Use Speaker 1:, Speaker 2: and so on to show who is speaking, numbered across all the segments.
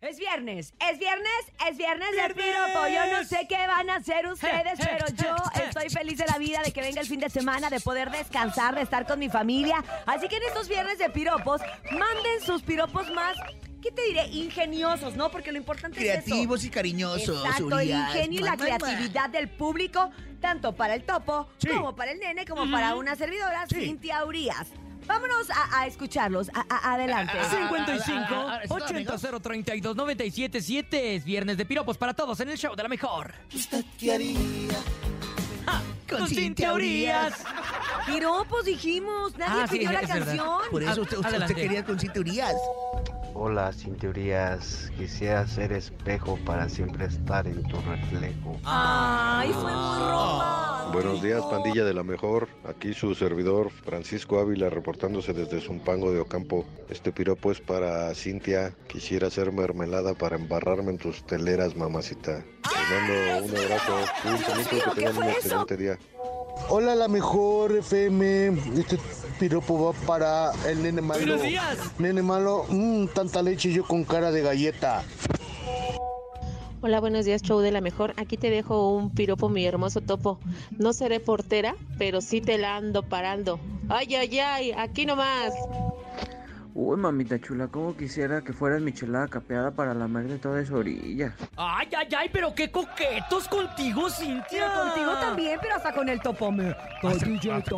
Speaker 1: Es viernes, es viernes, es viernes de piropo. Yo no sé qué van a hacer ustedes, pero yo estoy feliz de la vida, de que venga el fin de semana, de poder descansar, de estar con mi familia. Así que en estos viernes de piropos, manden sus piropos más, ¿qué te diré? Ingeniosos, ¿no? Porque lo importante es eso.
Speaker 2: Creativos y cariñosos.
Speaker 1: Exacto, el
Speaker 2: Urias.
Speaker 1: ingenio y la
Speaker 2: Ma, ma, ma.
Speaker 1: creatividad del público, tanto para el topo,
Speaker 3: Sí.
Speaker 1: como para el nene, como para una servidora, Cintia Urias. Vámonos a, a escucharlos. A- a- adelante.
Speaker 2: Ah, ah,
Speaker 3: 55
Speaker 2: ah, ah,
Speaker 3: 80 032 977 es viernes de piropos para todos en el show de la mejor.
Speaker 4: ¿Usted qué haría?
Speaker 2: Ah,
Speaker 3: Con Cintia Urias.
Speaker 1: Piropos dijimos, nadie
Speaker 3: Ah, sí,
Speaker 1: pidió la
Speaker 3: es verdad.
Speaker 1: canción.
Speaker 2: Por eso usted, usted,
Speaker 3: Adelante.
Speaker 2: usted quería con Cintia Urias.
Speaker 5: Hola, sin teorías. Quisiera ser espejo para siempre estar en tu reflejo.
Speaker 1: Ay, fue muy romántico.
Speaker 6: Buenos días, pandilla de la mejor. Aquí su servidor Francisco Ávila reportándose desde Zumpango de Ocampo. Este piropo es para Cintia. Quisiera hacer mermelada para embarrarme en tus teleras, mamacita. Te mando un abrazo. Cuídense mucho,
Speaker 1: mío, ¿qué
Speaker 6: que tengan un
Speaker 1: fue eso?
Speaker 6: excelente día.
Speaker 7: Hola, la mejor FM. Este piropo va para el nene malo.
Speaker 3: Buenos días.
Speaker 7: Nene malo, mmm, tanta leche yo con cara de galleta.
Speaker 8: Hola, buenos días, show de la mejor. Aquí te dejo un piropo, mi hermoso topo. No seré portera, pero sí te la ando parando. Ay, ay, ay, aquí nomás.
Speaker 9: Uy, mamita chula, cómo quisiera que fueras michelada capeada para lamerte toda esa orilla.
Speaker 3: Ay, ay, ay, pero qué coquetos contigo, Cintia.
Speaker 1: Pero contigo también, pero hasta con el topome.
Speaker 10: Imagínate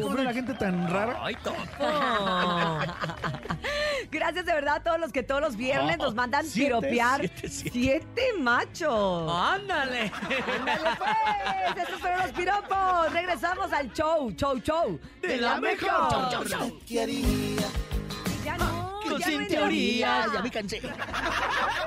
Speaker 10: cómo era la gente tan rara.
Speaker 3: Ay, topo.
Speaker 1: Gracias de verdad a todos los que todos los viernes nos mandan
Speaker 10: Siete,
Speaker 1: piropear.
Speaker 10: siete, siete.
Speaker 1: Siete
Speaker 3: Ah.
Speaker 1: machos.
Speaker 3: Ándale.
Speaker 1: Ándale, pues, estos fueron los piropos. Regresamos al show, show, show.
Speaker 3: De la mejor. Show, show, show.
Speaker 4: ¿Usted qué haría?
Speaker 1: Ya no,
Speaker 3: Con
Speaker 1: ya no
Speaker 3: Sin
Speaker 1: hay
Speaker 3: Teorías,
Speaker 1: teoría.
Speaker 2: Ya me cansé.